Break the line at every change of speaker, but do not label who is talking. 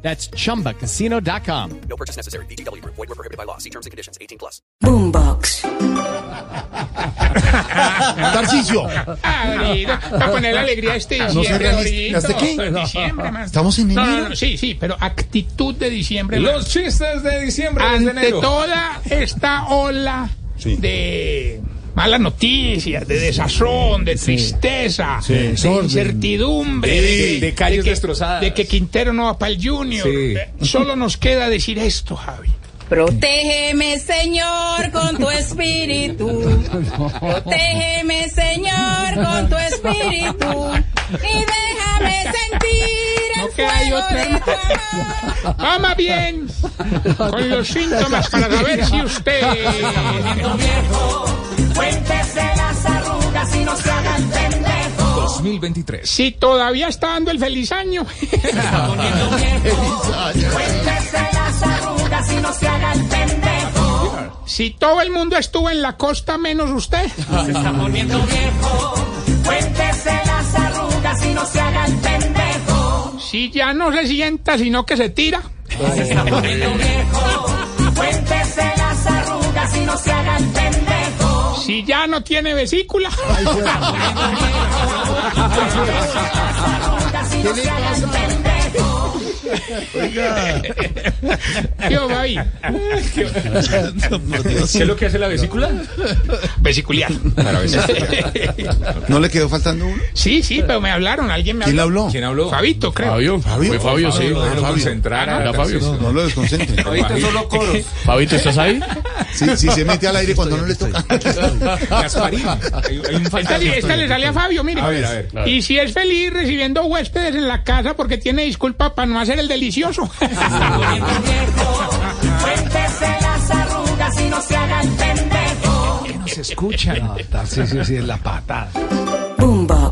That's chumbacasino.com.
No purchase necessary. BGW. Void were prohibited by law. See terms and conditions. 18 plus.
Boombox.
Tarcisio,
Ahorita, para poner la alegría este
Ah,
No
diciembre.
se realista.
ahorita.
este
¿Hasta qué?
Diciembre, man.
¿Estamos en
No, no,
enero?
no, sí, sí, pero actitud de diciembre. man.
Los chistes de diciembre desde
Ante
enero.
toda esta ola
Sí.
de malas noticias, de desazón, de tristeza, de
desorden.
incertidumbre,
Sí, de calles
que-
destrozadas.
de que Quintero no va para el Junior.
Sí.
Eh, Solo nos queda decir esto, Javi.
Protégeme, Señor, con tu espíritu. Protégeme, Señor, con tu espíritu. Y déjame sentir el
No que hay
fuego
otra.
de tu amor.
Vamos bien con los síntomas para saber si usted.
Cuéntese las arrugas y no se haga el pendejo.
2023.
Si todavía está dando el feliz año.
Cuéntese las arrugas y no se haga el pendejo.
Si todo el mundo estuvo en la costa menos usted.
Poniendo viejo. Cuéntese las arrugas y no se haga el pendejo.
Si ya no se sienta, sino que se tira.
Poniendo viejo. Cuéntese las arrugas y no se haga el pendejo.
Si ya no tiene vesícula.
Arrugas y no se haga el pendejo.
Yo voy.
¿Qué es lo que hace la vesícula?
Vesiculiar.
¿No le quedó faltando uno?
Sí, sí, pero me hablaron. Alguien me
¿Quién le
habló.
habló? Ah,
¿Quién habló?
Fabito, creo.
Fabio, fue Fabio, sí.
Lo dejaron
Fabio.
concentrar a
Era Fabio.
Tarcisio.
No lo desconcentre.
Ahorita solo coros.
Fabito, ¿estás ahí?
Si, si se mete al aire cuando no le toca.
Gasparín. Hay, hay un
Esta,
fantasma.
esta le sale a Fabio, mire.
A ver, a ver.
Y si es feliz recibiendo huéspedes en la casa porque tiene disculpa para no hacer el delicioso.
Poniendo viejo. Cuéntese las arrugas y no se haga el pendejo.
Boombox.